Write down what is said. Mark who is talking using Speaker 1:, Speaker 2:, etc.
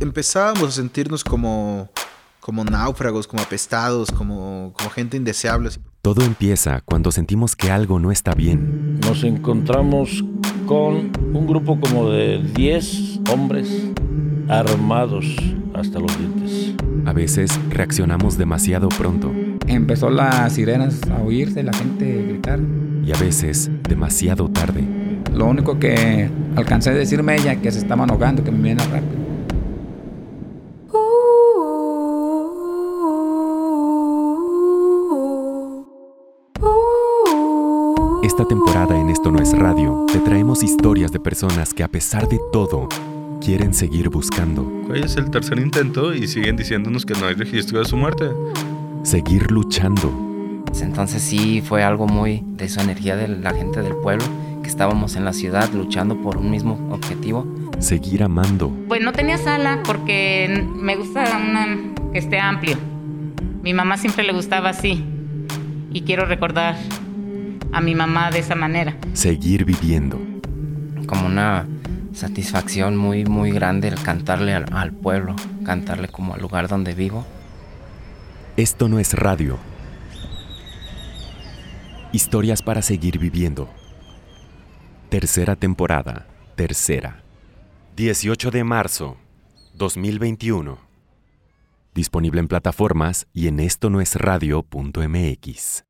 Speaker 1: empezábamos a sentirnos como, como náufragos, como apestados, como, como gente indeseable.
Speaker 2: Todo empieza cuando sentimos que algo no está bien.
Speaker 3: Nos encontramos con un grupo como de 10 hombres armados hasta los dientes.
Speaker 2: A veces reaccionamos demasiado pronto.
Speaker 4: Empezó las sirenas a oírse, la gente a gritar.
Speaker 2: Y a veces demasiado tarde.
Speaker 4: Lo único que alcancé a decirme ella que se estaban ahogando, que me vienen rápido.
Speaker 2: Esta temporada en Esto No es Radio te traemos historias de personas que a pesar de todo quieren seguir buscando.
Speaker 5: Hoy es el tercer intento y siguen diciéndonos que no hay registro de su muerte.
Speaker 2: Seguir luchando.
Speaker 6: Entonces sí fue algo muy de su energía de la gente del pueblo, que estábamos en la ciudad luchando por un mismo objetivo.
Speaker 2: Seguir amando.
Speaker 7: Pues no tenía sala porque me gusta una que esté amplio. Mi mamá siempre le gustaba así y quiero recordar a mi mamá de esa manera.
Speaker 2: Seguir viviendo.
Speaker 6: Como una satisfacción muy, muy grande el cantarle al, al, pueblo, cantarle como al lugar donde vivo.
Speaker 2: Esto no es radio. Historias para seguir viviendo. Tercera temporada, tercera. 18 de marzo, 2021. Disponible en plataformas y en esto no es radio.mx.